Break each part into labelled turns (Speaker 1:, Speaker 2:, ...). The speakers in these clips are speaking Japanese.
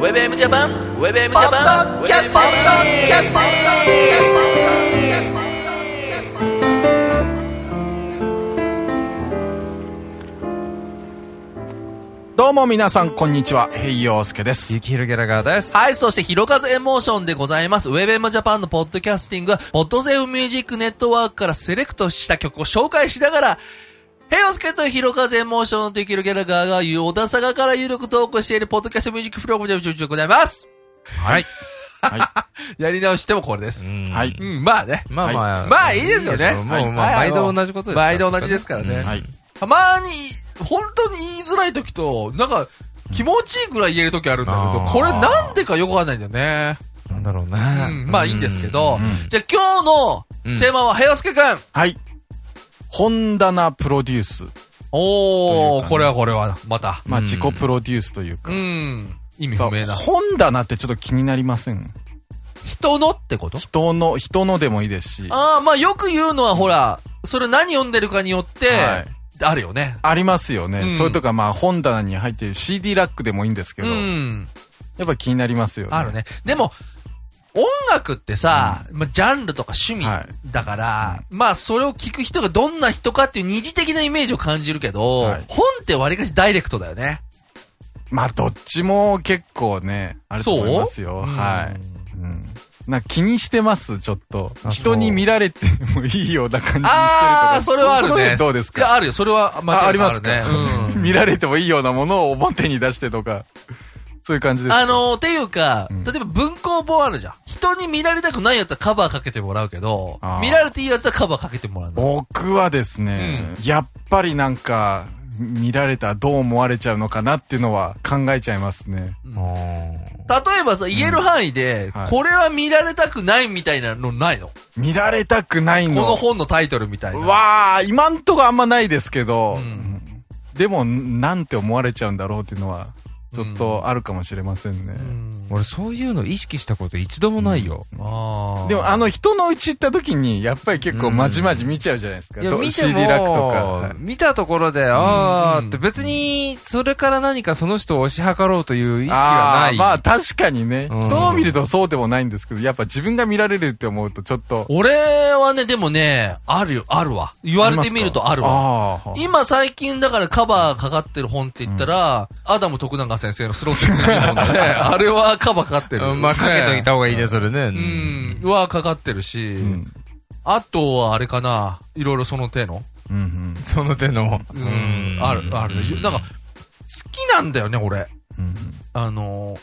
Speaker 1: WebM ジャパン WebM ジャパン
Speaker 2: キャストキャスト
Speaker 3: どうも皆さん、こんにちは。平洋介です。
Speaker 4: ゆきひろギャラガーです。
Speaker 1: はい、そして、ひろかずエモーションでございます。ウェブエムジャパンのポッドキャスティングは、ポッドセーフミュージックネットワークからセレクトした曲を紹介しながら、ヘオスケとひろかずエモーションとゆきるギャラガーが言う小田坂から有力投稿しているポッドキャストミュージックプログラムでございます。
Speaker 4: はい。。
Speaker 3: は
Speaker 1: やり直してもこれです。
Speaker 3: い。はいい。
Speaker 1: うん、まあね。
Speaker 4: まあまあ。
Speaker 1: まあいいですよね
Speaker 4: いいでしょうもう、まあ、
Speaker 1: はい
Speaker 4: 毎度同じことですから。
Speaker 1: 毎度同じですからね
Speaker 4: うん
Speaker 3: はい。
Speaker 1: たまに、本当に言いづらい時と、なんか、気持ちいいくらい言える時あるんだけど、
Speaker 4: あー
Speaker 1: これなんでかよくわかんないんだよね。
Speaker 4: なんだろうな。
Speaker 1: うん、まあいいんですけど、
Speaker 3: うん
Speaker 1: じゃあ今日のテーマは、ヘヨスケくん
Speaker 3: はい。本棚プロデュース。
Speaker 1: おー、これはこれは、また。
Speaker 3: まあ、
Speaker 4: うん
Speaker 3: 自己プロデュースという
Speaker 1: う
Speaker 3: か。
Speaker 1: ん、意味不明な。
Speaker 3: 本棚ってちょっと気になりません
Speaker 1: 人のってこと
Speaker 3: 人の、人のでもいいですし。
Speaker 1: ああ、まあよく言うのはほら、それ何読んでるかによって、
Speaker 3: はい
Speaker 1: あるよね。
Speaker 3: ありますよね。
Speaker 1: うん
Speaker 3: それとかまあ本棚に入ってる CD ラックでもいいんですけ
Speaker 1: う
Speaker 3: ど、
Speaker 1: ん、
Speaker 3: やっぱ気になりますよね。
Speaker 1: あるね。でも、音楽ってさ、まあ、ジャンルとか趣
Speaker 3: はい
Speaker 1: 味だから、まあそれを聞く人がどんな人かっていう二次的なイメージを感じるけど、
Speaker 3: はい
Speaker 1: 本って割りかしダイレクトだよね。
Speaker 3: まあどっちも結構ね、あると思いますよ。
Speaker 1: そう
Speaker 3: はい。うんなんか気にしてます、ちょっと。
Speaker 4: あ
Speaker 3: 人に見られてもいいような感じにしてるとか。
Speaker 1: ああ、それはある
Speaker 3: の辺
Speaker 1: ね。
Speaker 3: どうです
Speaker 1: いや、
Speaker 3: か
Speaker 1: あるよ。それは間違いなく
Speaker 3: あありますか
Speaker 1: ね。うん
Speaker 3: 見られてもいいようなものを表に出してとか、 そういう感じですか。
Speaker 1: あのー、っていうか、
Speaker 3: うん
Speaker 1: 例えば文庫本あるじゃん。人に見られたくないやつはカバーかけてもらうけど
Speaker 3: あ、ー
Speaker 1: 見られていいやつはカバーかけてもらうの。
Speaker 3: 僕はですね、やっぱりなんか、見られたらどう思われちゃうのかなっていうのは考えちゃいますね。
Speaker 4: あー
Speaker 1: 例えばさ、言える範囲で、
Speaker 3: はい
Speaker 1: これは見られたくないみたいなのないのこ
Speaker 3: 見られたくないの。
Speaker 1: の本のタイトルみたいな。
Speaker 3: わあ、今んとこあんまないですけど、
Speaker 1: うん
Speaker 3: うんでも、なんて思われちゃうんだろうっていうのは、ちょっとあるかもしれませんね。
Speaker 1: うん
Speaker 4: 俺、そういうの意識したこと一度もないよ。
Speaker 1: あー
Speaker 3: でも、あの、人のうち行った時に、やっぱり結構まじまじ見ちゃうじゃないですか。
Speaker 4: いや、
Speaker 3: ど
Speaker 4: 見て
Speaker 3: CD ラックとか。は
Speaker 4: も
Speaker 3: い、
Speaker 4: 見たところで、あーって、
Speaker 1: うん
Speaker 4: 別に、それから何かその人を推し量ろうという意識は
Speaker 3: あ
Speaker 4: な
Speaker 3: ー
Speaker 4: い。
Speaker 3: まあ、確かにね。
Speaker 4: うん
Speaker 3: 人を見るとそうでもないんですけど、やっぱ自分が見られるって思うと、ちょっと。
Speaker 1: 俺はね、でもね、あるよ、あるわ。言われてみるとあるわ。
Speaker 3: あー
Speaker 1: 今最近だからカバーかかってる本って言ったら、アダム徳永先生のスローチェックの本だね。あれはカバーかかってる。
Speaker 4: うんまあ、かけといた方がいいね、それね。う
Speaker 1: う。ん。はかかってるし、
Speaker 3: うん。
Speaker 1: あとはあれかな、いろいろその手の。
Speaker 3: うんうん
Speaker 4: その手の。
Speaker 1: うん。ある、ある、なんか、好きなんだよね、俺。
Speaker 3: うんうん。
Speaker 1: あの、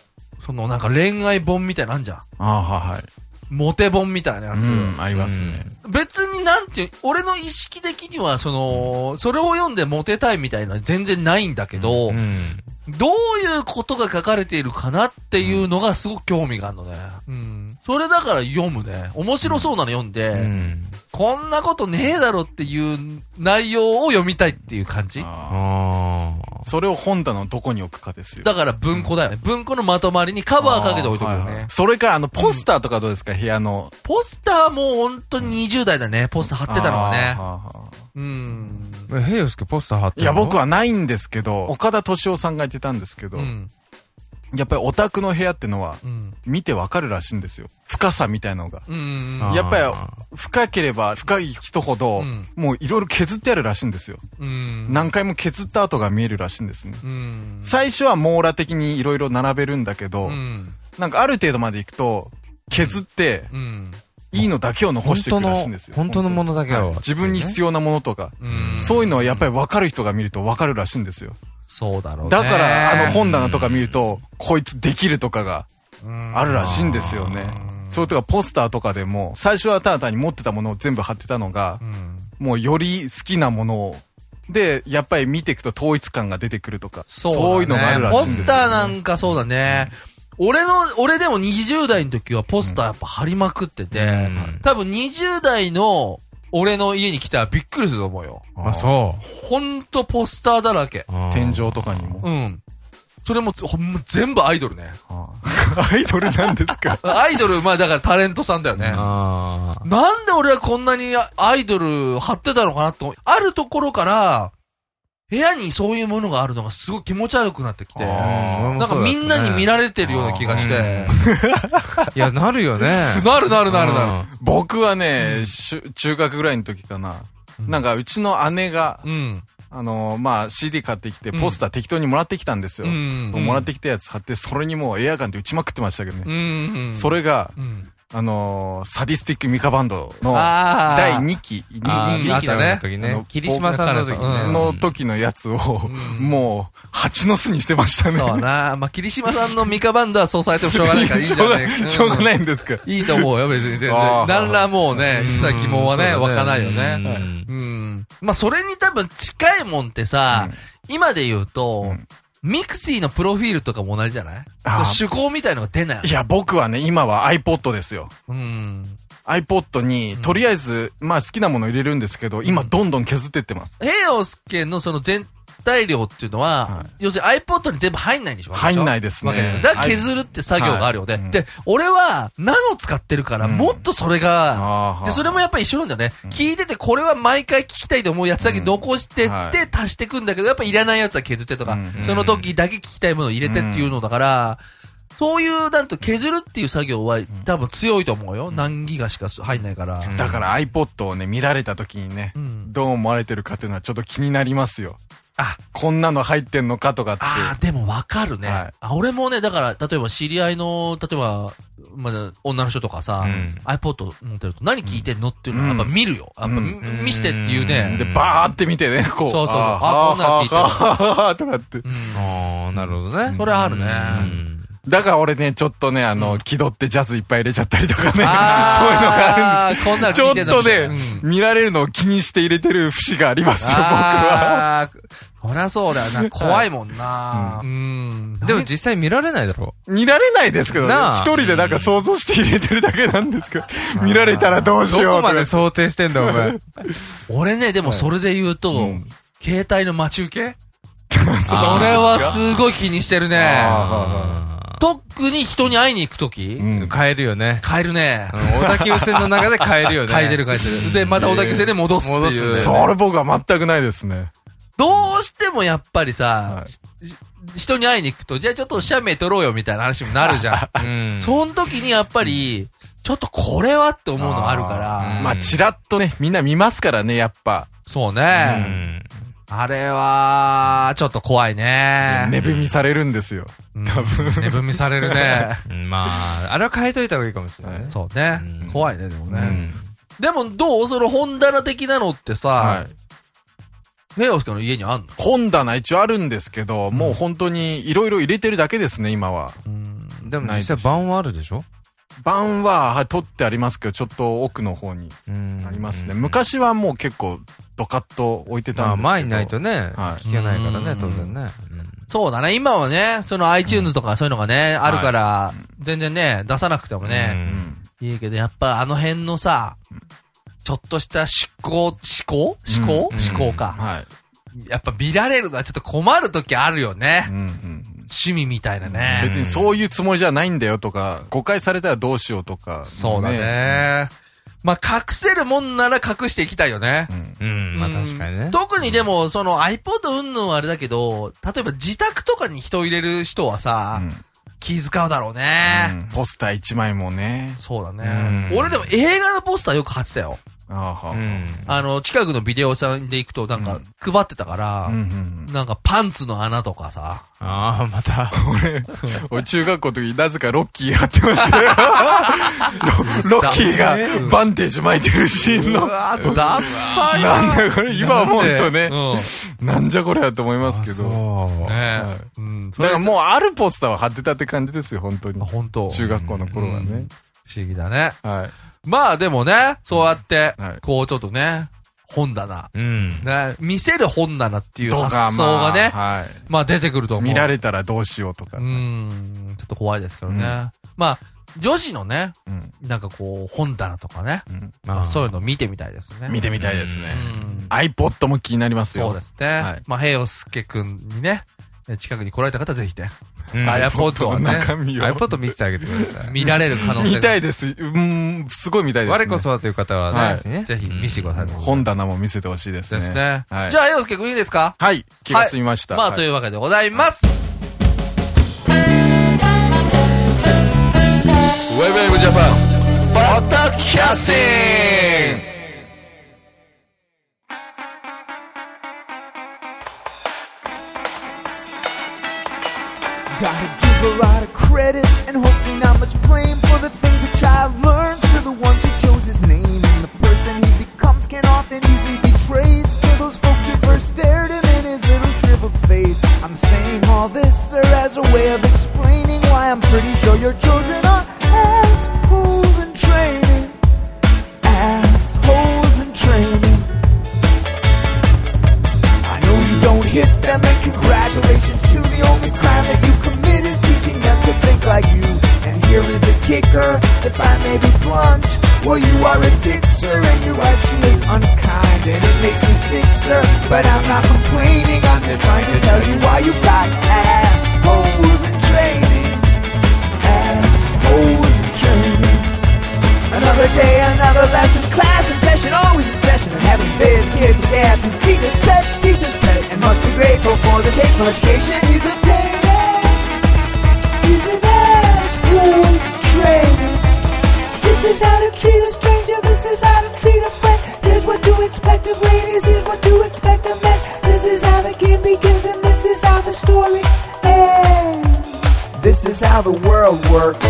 Speaker 1: そのなんか恋愛本みたいなのあんじゃん。
Speaker 3: ああ、はいはい。
Speaker 1: モテ本みたいなやつ。
Speaker 3: うん、ありますね。
Speaker 1: 別になんていう、俺の意識的には、その、それを読んでモテたいみたいなのは全然ないんだけど、
Speaker 4: うん。
Speaker 1: どういうことが書かれているかなっていうのがすごく興味があるのね。うん。それだから読むね。面白そうなの読んで、
Speaker 4: うん。
Speaker 1: こんなことねえだろっていう内容を読みたいっていう感じ。
Speaker 3: あ
Speaker 4: ああ。
Speaker 3: ーそれを本棚のどこに置くかですよ。
Speaker 1: だから文庫だよね。文庫のまとまりにカバーかけておいてくるね。
Speaker 4: はいは
Speaker 3: それから、あの、ポスターとかどうですか部屋の。
Speaker 1: ポスターも本当に20代だね。ポスター貼ってたのはね。
Speaker 3: ね。
Speaker 1: うん。
Speaker 4: え、ヘイヨスケポスター貼って
Speaker 3: い
Speaker 4: る
Speaker 3: や、
Speaker 4: の
Speaker 3: 僕。はないんですけど、岡田敏夫さんが言ってたんですけど、
Speaker 1: うん。
Speaker 3: やっぱりオタクの部屋ってのは、
Speaker 1: うん。
Speaker 3: 見てわかるらしいんですよ。深さみたいのが。
Speaker 1: うん。
Speaker 4: あー
Speaker 3: やっぱり、深ければ深い人ほど、
Speaker 1: うん
Speaker 3: もういろいろ削ってあるらしいんですよ。
Speaker 1: うん。
Speaker 3: 何回も削った跡が見えるらしいんですね。
Speaker 1: うん。
Speaker 3: 最初は網羅的にいろいろ並べるんだけど、
Speaker 1: うん。
Speaker 3: なんかある程度まで行くと、削って、
Speaker 1: うん。
Speaker 3: いいのだけを残
Speaker 4: 本
Speaker 3: してい
Speaker 4: 当
Speaker 3: くら
Speaker 4: の
Speaker 3: しいんです、よ。
Speaker 4: 本当のものだけ
Speaker 3: はい
Speaker 4: を。
Speaker 3: 自分に必要なものとか、
Speaker 1: うん。
Speaker 3: そういうのはやっぱり分かる人が見ると分かるらしいんですよ。
Speaker 1: そうだろうね。
Speaker 3: だから、あの本棚とか見ると、こいつできるとかが
Speaker 1: うん
Speaker 3: あるらしいんですよね。それとかポスターとかでも、最初はただ単に持ってたものを全部貼ってたのが
Speaker 1: う、ん。
Speaker 3: もうより好きなものを、で、やっぱり見ていくと統一感が出てくるとか、
Speaker 1: そ
Speaker 3: そうう,、
Speaker 1: だね
Speaker 3: いうのがあるらしいんです
Speaker 1: ポ
Speaker 3: よ
Speaker 1: スターなんかそうだね。俺の、俺でも20代の時はポスターやっぱ貼りまくってて、
Speaker 4: うん
Speaker 1: 多分20代の俺の家に来たらびっくりすると思うよ。
Speaker 4: あ、そ
Speaker 1: ほんとポスターだらけ。
Speaker 4: う。
Speaker 3: 天井とかにも。
Speaker 1: うん。それもほん全部アイドルね。
Speaker 3: あー アイドルなんですか
Speaker 1: アイドル、まあだからタレントさんだよね。
Speaker 4: ああ。
Speaker 1: なんで俺はこんなにアイドル貼ってたのかなと思う。あるところから、部屋にそういうものがあるのがすごい気持ち悪くなってきて、
Speaker 4: あー
Speaker 1: なんかみんなに見られてるような気がして、
Speaker 4: いや、なるよね。
Speaker 1: なるなるなるなる。
Speaker 4: な
Speaker 3: 僕はね、しゅ中学ぐらいの時かな。なんか、うちの姉が、
Speaker 1: うん。
Speaker 3: あの、まあ、CD 買ってきて、
Speaker 1: うん
Speaker 3: ポスター適当にもらってきたんですよ。
Speaker 1: うん。
Speaker 3: もらってきたやつ貼って、それにもうエアガンで撃ちまくってましたけどね。
Speaker 1: うん。
Speaker 3: そ
Speaker 1: れ、
Speaker 3: れが、
Speaker 1: うん。
Speaker 3: あのーサディスティックミカバンドの
Speaker 1: あ
Speaker 3: 第2期、に
Speaker 4: あ
Speaker 3: 二
Speaker 1: ー
Speaker 3: 期
Speaker 1: あ
Speaker 4: あ、
Speaker 1: ー
Speaker 4: だね。時
Speaker 3: あ
Speaker 4: ね
Speaker 3: の。
Speaker 4: 霧島さんの時
Speaker 1: う
Speaker 4: ね。
Speaker 1: ん
Speaker 3: の時のやつを、
Speaker 1: ん
Speaker 3: もう、蜂の巣にしてましたね。
Speaker 1: そうな。まあ、霧島さんのミカバンドはそうされてもしょうがないからいいんじゃ
Speaker 3: しょう
Speaker 1: な
Speaker 3: がないい、しょうが
Speaker 1: い。
Speaker 3: ないんですか。
Speaker 1: いいと思うよ、別に全然。
Speaker 3: あー
Speaker 1: なんらもうね、一切疑問はね、
Speaker 4: うん
Speaker 1: わかないよね。
Speaker 4: うん
Speaker 1: うん。まあ、それに多分近いもんってさ、今で言うと、
Speaker 3: うん
Speaker 1: ミクシーのプロフィールとかも同じじゃない
Speaker 3: あー
Speaker 1: 趣向みたいのが出ない。
Speaker 3: いや、僕はね、今は iPod ですよ。
Speaker 1: うん。
Speaker 3: iPod に、とりあえず、まあ好きなもの入れるんですけど、今どんどん削ってってます。
Speaker 1: 平洋介のその全体量っていうのは、
Speaker 3: は
Speaker 1: 要するに iPod に全部入んないんでしょ
Speaker 3: 入んないいです
Speaker 1: わけでしょ
Speaker 3: ね。
Speaker 1: だから削るって作業があるよね。
Speaker 3: はいうん
Speaker 1: で、俺は、ナノ使ってるから、
Speaker 3: うん
Speaker 1: もっとそれが、
Speaker 3: あー
Speaker 1: で、それもやっぱ一緒なんだよね。聞いてて、これは毎回聞きたいと思うやつだけ残してっ
Speaker 3: うんは
Speaker 1: て
Speaker 3: い、
Speaker 1: 足してくんだけど、やっぱいらないやつは削ってとか
Speaker 3: う、ん
Speaker 1: その時だけ聞きたいものを入れてっていうのだから、そういう、なんと削るっていう作業は多分強いと思うよ。何ギガしか入んないから。
Speaker 3: だから iPod をね、見られた時にね、
Speaker 1: うん
Speaker 3: どう思われてるかっていうのはちょっと気になりますよ。
Speaker 1: あ、
Speaker 3: こんなの入ってんのかとかって。
Speaker 1: ああ、でもわかるね、
Speaker 3: はい
Speaker 1: あ。俺もね、だから、例えば知り合いの、例えば、まあ、女の人とかさ、
Speaker 4: うん
Speaker 1: iPod 持ってると何聞いてんのっていうのはやっぱ見るよ。やっぱ
Speaker 3: うん
Speaker 1: 見見してっていうね。
Speaker 3: で、バーって見てね、こう。
Speaker 1: そうそう
Speaker 3: あ
Speaker 1: あこんなの聞い
Speaker 3: ー
Speaker 1: てる
Speaker 3: はーはーはーはーとかって。
Speaker 1: うん
Speaker 4: ああ、なるほどね。
Speaker 1: それあるね。
Speaker 4: うん
Speaker 3: だから俺ね、ちょっとね、あの、気取ってジャズいっぱい入れちゃったりと かね、そういうのがあ
Speaker 1: あー、こんなの
Speaker 3: るんです。ちょ
Speaker 1: 聞
Speaker 3: っ
Speaker 1: いてん
Speaker 3: と
Speaker 1: ね。
Speaker 3: ね、見られるのを気にして入れてる節がありますよ、僕は。
Speaker 1: あーそりゃそうだよな。怖いもんな。うん。
Speaker 4: でも実際見られないだろ。
Speaker 3: 見られないですけどね
Speaker 4: なあ、
Speaker 3: 一人でなんか想像して入れてるだけなんですけど、見られたらどうし
Speaker 4: ど
Speaker 3: よう
Speaker 4: こと
Speaker 3: か
Speaker 4: まで想定してんだ、お前。
Speaker 1: 俺ね、でもそれで言うと、
Speaker 3: うん
Speaker 1: 携帯の待ち受け そ
Speaker 4: あー
Speaker 1: れはすごい気にしてるね。
Speaker 4: あ
Speaker 1: 特に人に会いに行くとき、
Speaker 3: うん
Speaker 4: ー変えるよね。
Speaker 1: 変えるね
Speaker 4: あ。の小田急線の中で変えるよね。
Speaker 1: 変えてる変えてる。で、また小田急線で戻すって
Speaker 4: 戻
Speaker 1: い
Speaker 4: す
Speaker 1: う。
Speaker 4: ね
Speaker 3: それ僕は全くないですね。
Speaker 1: どうしてもやっぱりさ
Speaker 3: は、い
Speaker 1: し人に会いに行くと、じゃあちょっと写メ撮ろうよみたいな話もなるじゃ
Speaker 4: うん
Speaker 1: ん。その時にやっぱり、ちょっとこれはって思うのあるか
Speaker 4: あー
Speaker 1: ら。
Speaker 3: まあ、ちらっとね、みんな見ますからね、やっぱ。
Speaker 1: そう
Speaker 4: う
Speaker 1: ね。
Speaker 4: ん
Speaker 1: あれは、ちょっと怖いね。
Speaker 3: 寝踏みされるんですよ。多分。
Speaker 1: 寝踏みされる ね。
Speaker 4: うんまあ、あれは変えといた方がいいかもしれないね。
Speaker 1: そうね
Speaker 4: うん。
Speaker 1: 怖いね、でも
Speaker 4: う
Speaker 1: ね。
Speaker 4: ん。
Speaker 1: でもどうその本棚的なのって
Speaker 3: は
Speaker 1: さ
Speaker 3: い、。
Speaker 1: フェオスカの家にあんの
Speaker 3: 本棚一応あるんですけど、もう本当にいろいろ入れてるだけですね、今は。
Speaker 4: でも
Speaker 3: ない
Speaker 4: 実
Speaker 3: です
Speaker 4: 際版はあるでしょ
Speaker 3: 版は、はい、取ってありますけど、ちょっと奥の方に
Speaker 4: うん
Speaker 3: ありますね。昔はもう結構ドカッと置いて
Speaker 4: ま
Speaker 3: た
Speaker 4: あ
Speaker 3: んですけど。
Speaker 4: 前にないとね、
Speaker 3: はい
Speaker 4: 聞けないから
Speaker 1: う
Speaker 4: ね
Speaker 1: ん、
Speaker 4: 当然ね。
Speaker 1: そうだね。今はね、その iTunes とかそういうのがね、あるから、全然ね、出さなくてもね、
Speaker 3: うん。
Speaker 1: いいけど、やっぱあの辺のさ、ちょっとした思考、思考思考
Speaker 4: うん
Speaker 1: 思考か。
Speaker 3: はい。
Speaker 1: やっぱ見られるのはちょっと困る時あるよ
Speaker 3: う
Speaker 1: ね。
Speaker 3: んうん。
Speaker 1: 趣味みたいなね。
Speaker 3: 別にそういうつもりじゃないんだよとか、誤解されたらどうしようとか。
Speaker 1: そうだ。ね。まあ、隠せるもんなら隠していきたいよね。
Speaker 3: うん。
Speaker 4: うん。うん、まあ確かに
Speaker 1: うん
Speaker 4: ね。
Speaker 1: 特にでも、その iPod うんぬんはあれだけど、例えば自宅とかに人を入れる人はさ、
Speaker 3: うん
Speaker 1: 気遣うだろうね。
Speaker 3: うんポスター一枚もね。
Speaker 1: そうだね。
Speaker 4: うん
Speaker 1: 俺でも映画のポスターよく貼ってたよ。
Speaker 3: あーは
Speaker 4: う
Speaker 3: ー
Speaker 4: ん。
Speaker 1: あの、近くのビデオ屋さんで行くとなんか配ってたか
Speaker 3: うんう
Speaker 1: ら、
Speaker 3: ん
Speaker 1: なんかパンツの穴とかさ。
Speaker 4: ああ、また。
Speaker 3: うん。俺、中学校の時、なぜかロッキーやってま したよ。ロロッキーがバンテージ巻いてるシーンの。
Speaker 1: わー、ダッサい
Speaker 3: なんだこれ、今思うとね、
Speaker 1: うん。
Speaker 3: なんじゃこれやと思いますけ
Speaker 4: あ
Speaker 3: ど。
Speaker 4: そ
Speaker 1: ね
Speaker 4: う。
Speaker 3: は
Speaker 1: え。うん。そ
Speaker 3: だ
Speaker 1: れ
Speaker 3: から
Speaker 1: が、
Speaker 3: もうあるポスターは貼ってたって感じですよ、本当に。
Speaker 1: 本当不
Speaker 3: 中学校の頃は
Speaker 1: う
Speaker 3: ね
Speaker 1: ん。思議だね。
Speaker 3: はい。
Speaker 1: まあでもね、そうやって
Speaker 3: はい、
Speaker 1: こうちょっとね、本棚。
Speaker 4: うん。
Speaker 1: ね、見せる本棚っていう
Speaker 3: とか
Speaker 1: 発想がね、
Speaker 3: まあはい。
Speaker 1: まあ出てくると思う。
Speaker 3: 見られたらどうしようとか。
Speaker 1: う
Speaker 3: うん
Speaker 1: ん。ちょっと怖いですけどね
Speaker 3: う。
Speaker 1: まあ、女子のね、なんかこう、本棚とかね。
Speaker 3: うん
Speaker 1: まあそういう
Speaker 4: の。
Speaker 1: の見てみたいですね。
Speaker 3: 見てみたいですね
Speaker 1: う。ん。
Speaker 3: iPod も気になりますよ。
Speaker 1: そうですね。
Speaker 3: はい
Speaker 1: まあ、平洋介くんにね、え近くに来られた方はぜひね、
Speaker 4: うん
Speaker 1: あやっ
Speaker 3: iPod の中身を。
Speaker 4: iPod 見せてあげてください。
Speaker 1: 見られる可能性が。
Speaker 3: 見たいです。うん、すごい見たいです、ね。
Speaker 4: 我こそはという方は
Speaker 3: はい
Speaker 4: ね、ぜひね。
Speaker 1: ぜひ見せてください
Speaker 4: うん
Speaker 3: 本棚も見せてほしいですね。
Speaker 1: ですね。
Speaker 3: はい。
Speaker 1: じゃあ、洋介くんいいですか
Speaker 3: はい。気が済みました。
Speaker 1: まあ、というわけでございます。
Speaker 3: ウェブウェブジャパン、ポッドキャスティング
Speaker 5: Gotta give a lot of credit and hopefully not much blame for the things a child learns to the ones who chose his name. And the person he becomes can often easily be traced to those folks who first stared him in his little shriveled face. I'm saying all this, sir, as a way of explaining why I'm pretty sure your children are assholes in training. Assholes in training. I know you don't hit them, and congratulations to the only crime that you commit is teaching them to think like you. And here is the kicker, if I may be blunt, well you are a dick, sir, and your wife she is unkind, and it makes me sick, sir. But I'm not complaining, I'm just trying to tell you why you got assholes in training, assholes in training. Another day, another lesson, class in session, always in session. And having big kids with dads and teachers pet, teachers pet, and must be grateful for this hateful education. He's a dad, he's an asshole trainer. This is how to treat a stranger, this is how to treat a friend. Here's what to expect of ladies, here's what to expect of men. This is how the game begins, and this is how the story ends. This is how the world works.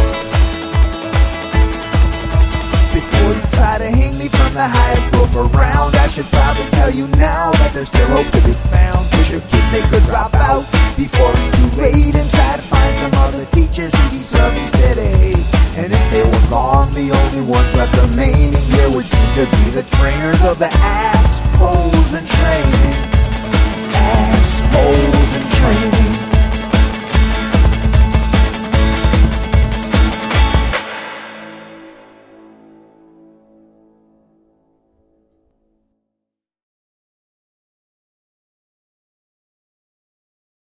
Speaker 5: Before you try to hang me from the highest rope around, I should probably tell you now that there's still hope to be found. Cause your kids, they could drop out before it's too late and try to find some other teachers who teach love instead of hate. And if they were gone, the only ones left remaining here would seem to be the trainers of the ass.